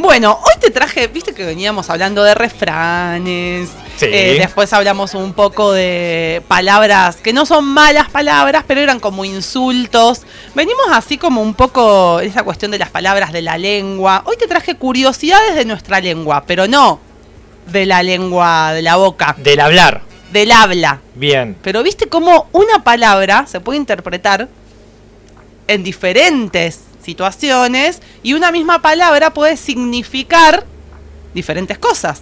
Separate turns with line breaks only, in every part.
Bueno, hoy te traje, viste que veníamos hablando de refranes.
Sí.
eh, después hablamos un poco de palabras que no son malas palabras, pero eran como insultos. Venimos así como un poco en esa cuestión de las palabras de la lengua. Hoy te traje curiosidades de nuestra lengua, pero no de la lengua de la boca,
Del hablar.
del habla.
Bien.
Pero viste cómo una palabra se puede interpretar en diferentes situaciones y una misma palabra puede significar diferentes cosas.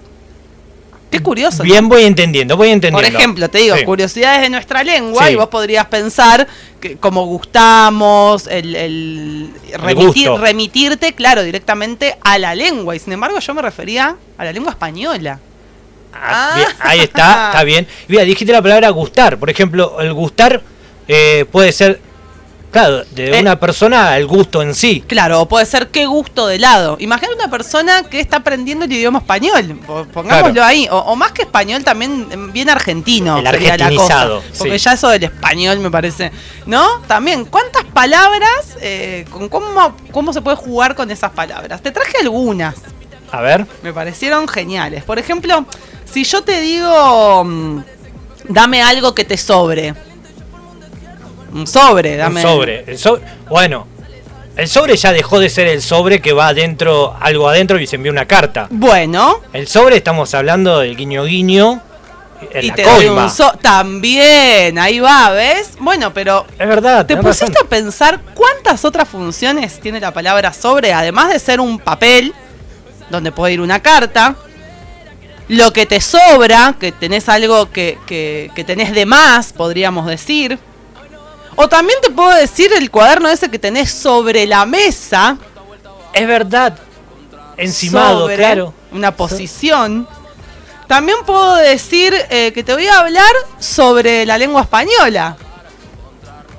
Qué curioso. ¿no?
Bien, voy entendiendo, voy
Por
entendiendo.
ejemplo, te digo,
Sí.
curiosidades de nuestra lengua
Sí.
y vos podrías pensar que como gustamos, el, el remitir-
gusto.
remitirte, claro, directamente a la lengua. Y sin embargo yo me refería a la lengua española.
Ah,
Ah.
bien, ahí está, está bien. Mira, dijiste la palabra gustar. Por ejemplo, el gustar eh, puede ser, claro, de
Eh.
una persona, el gusto en sí.
Claro, o puede ser qué gusto de lado. Imagina una persona que está aprendiendo el idioma español, po- pongámoslo
Claro.
ahí, o, o más que español también em, bien argentino.
El
sería la
argentinizado,
cosa. Porque
sí.
ya eso del español me parece, ¿no? También, ¿cuántas palabras, eh, con cómo, cómo se puede jugar con esas palabras? Te traje algunas,
A ver,
me parecieron geniales. Por ejemplo, si yo te digo, mm, dame algo que te sobre. Un sobre,
el
dame.
sobre. El sobre. Bueno, el sobre ya dejó de ser el sobre que va adentro, algo adentro y se envía una carta.
Bueno,
El sobre estamos hablando del guiño guiño en
y
la
te doy
coima.
un so- También, ahí va, ¿ves? Bueno, pero
Es verdad,
¿te
tenés
pusiste
razón.
a pensar cuántas otras funciones tiene la palabra sobre? Además de ser un papel, donde puede ir una carta, lo que te sobra, que tenés algo que, que- que tenés de más, podríamos decir. O también te puedo decir el cuaderno ese que tenés sobre la mesa.
Es verdad. Encimado,
sobre
claro.
Una posición. También puedo decir eh, que te voy a hablar sobre la lengua española.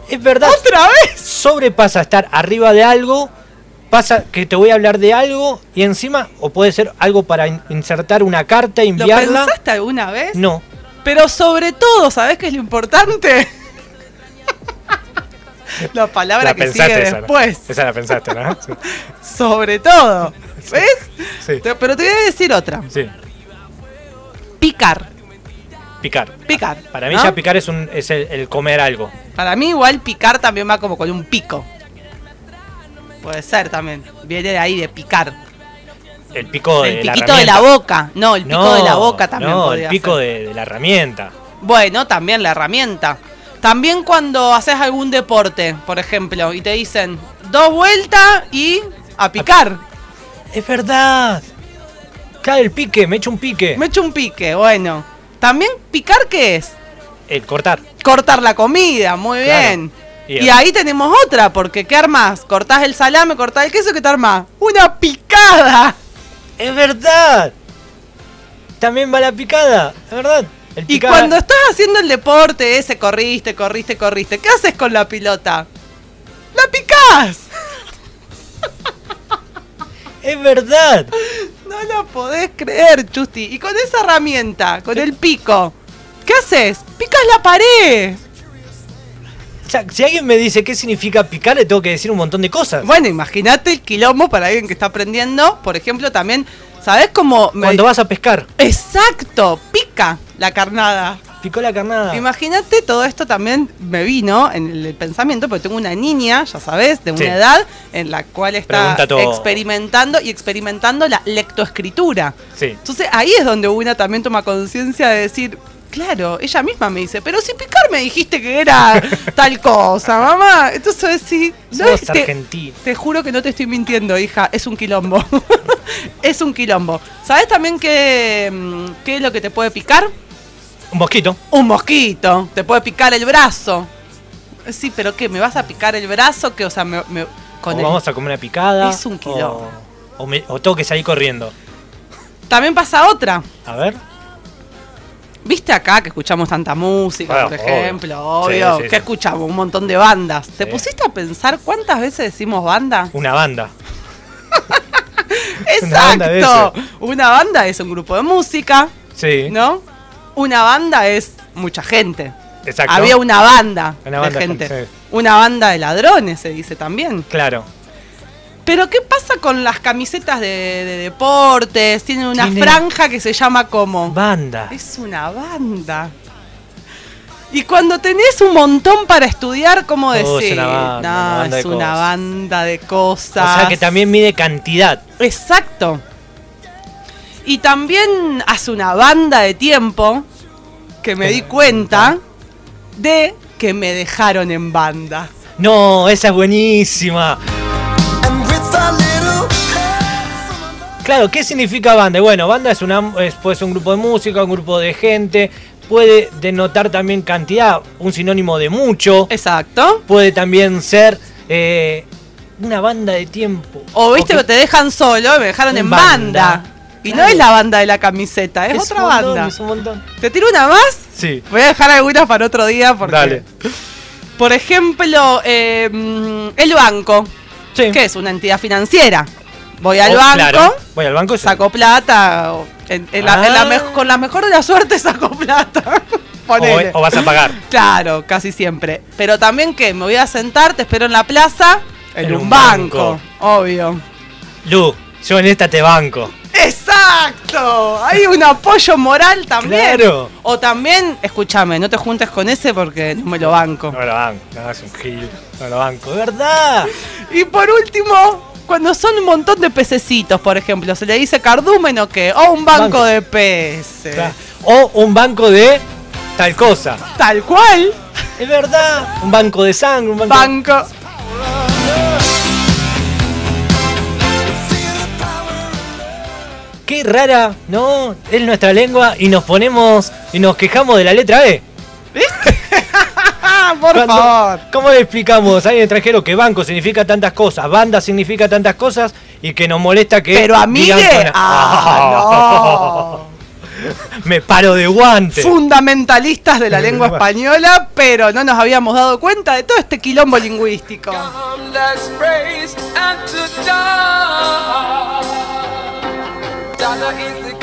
Es verdad.
¡Otra vez!
Sobre pasa a estar arriba de algo, pasa que te voy a hablar de algo y encima, o puede ser algo para in- insertar una carta,
¿Lo
enviarla.
pensaste alguna vez?
No.
Pero sobre todo, ¿sabés qué es lo importante? la palabra que sigue después.
la pensaste, ¿no? Sí.
Sobre todo. ¿Ves?
sí,
Te- Pero te voy a decir otra.
sí.
Picar.
Picar.
Picar.
Para mí
¿no?
ya picar es, un, es el, el comer algo.
Para mí igual picar también va como con un pico. Puede ser también. Viene de ahí de picar.
El pico de
el
la
piquito de la
herramienta.
boca. No, el pico
No,
de la boca también.
No, el
podría
pico
ser.
de, de la herramienta.
Bueno, también la herramienta. También cuando haces algún deporte, por ejemplo, y te dicen dos vueltas y a picar.
Es verdad. Claro, el pique, me echo un pique.
Me echo un pique, bueno. También picar, ¿qué es?
El cortar.
Cortar la comida, muy
Claro.
bien.
Y-
Y ahí tenemos otra, porque ¿qué armás? Cortás el salame, cortás el queso, ¿qué te armás? ¡Una picada!
Es verdad. También va la picada, es verdad. El
Y
pica-
cuando estás haciendo el deporte ese, corriste, corriste, corriste, ¿qué haces con la pilota? ¡La picás!
Es verdad.
No lo podés creer, Chusti. Y con esa herramienta, con el pico, ¿qué haces? ¡Picas la pared!
O sea, si alguien me dice qué significa picar, le tengo que decir un montón de cosas.
Bueno, imagínate el quilombo para alguien que está aprendiendo. Por ejemplo, también, ¿sabés cómo me-
Cuando vas a pescar,
Exacto, pica la carnada.
picó la carnada.
Imagínate, todo esto también me vino en el pensamiento, porque tengo una niña, ya sabes, de una
Sí.
edad en la cual está
Pregunta todo.
experimentando y experimentando la lectoescritura.
Sí.
Entonces ahí es donde una también toma conciencia de decir, claro, ella misma me dice, pero si picar me dijiste que era tal cosa, mamá. Entonces sí, no
Sos
es- te,
argentino.
te juro que no te estoy mintiendo, hija, es un quilombo. es un quilombo. ¿Sabes también qué, mm, qué es lo que te puede picar?
Un mosquito.
Un mosquito, te puede picar el brazo. Sí, pero ¿qué? ¿Me vas a picar el brazo? que O sea, me... me- con
O
el-
vamos a comer una picada.
Es un quilombo.
O, o me- o tengo que salir corriendo.
También pasa otra.
A ver.
¿Viste acá que escuchamos tanta música,
Claro,
por
obvio.
ejemplo? Obvio.
Sí, sí,
que
sí.
escuchamos? Un montón de bandas. ¿Te
Sí.
pusiste a pensar cuántas veces decimos banda?
Una banda. Una banda de
¡Exacto! Una banda es un grupo de música,
Sí.
¿no? Una banda es mucha gente.
Exacto.
Había una banda
Una banda
de
de
gente.
gente, sí.
Una banda de ladrones, se dice también.
Claro.
Pero ¿qué pasa con las camisetas de, de deportes? Tienen una
Tiene-
franja que se llama como...
Banda.
Es una banda. Y cuando tenés un montón para estudiar, ¿cómo
Oh, es
decís?
una banda,
No,
una banda de
es una
cosas".
banda de cosas.
O sea que también mide cantidad.
Exacto. Y también hace una banda de tiempo que me di cuenta de que me dejaron en banda.
No, esa es buenísima. Claro, ¿qué significa banda? Y Bueno, banda es, una, es puede ser un grupo de música, un grupo de gente, puede denotar también cantidad, un sinónimo de mucho,
Exacto.
puede también ser eh, una banda de tiempo.
O Oh, viste
que-
que te dejan solo, me dejaron
En
en banda.
banda.
Y
Claro.
no es la banda de la camiseta, es,
es
otra
un montón,
banda.
Es un montón.
¿Te tiro una más?
Sí.
Voy a dejar algunas para otro día porque.
Dale.
Por ejemplo, eh, mm, el banco,
Sí.
que es una entidad financiera. Voy al
Oh,
banco,
claro. Voy al banco y
saco plata, o en- en la- en la
Ah.
mej- con la mejor de la suerte saco plata. Ponele.
O, o vas a pagar.
Claro, casi siempre. Pero también que me voy a sentar, te espero en la plaza, en,
En
un
un
banco, obvio.
Lu, yo en esta te banco.
Exacto, hay un apoyo moral también.
Claro.
O también, escúchame, no te juntes con ese porque no me lo banco.
No lo banco, no, es un gil, no lo banco. ¡De verdad!
Y por último, cuando son un montón de pececitos, por ejemplo, se le dice cardumen o qué, o un banco,
Banco.
de peces.
O un banco de tal cosa.
Tal cual,
Es verdad. Un banco de sangre, un banco.
banco.
Qué rara, ¿no? Es nuestra lengua y nos ponemos y nos quejamos de la letra B.
Ah, por
Cuando-
favor.
¿Cómo le explicamos a alguien extranjero que banco significa tantas cosas, banda significa tantas cosas y que nos molesta que.
Pero a
Eh, digan con-
ah, no.
Me paro de guante.
Fundamentalistas de la lengua española, pero no nos habíamos dado cuenta de todo este quilombo lingüístico.
Let's praise and to die. Dada is the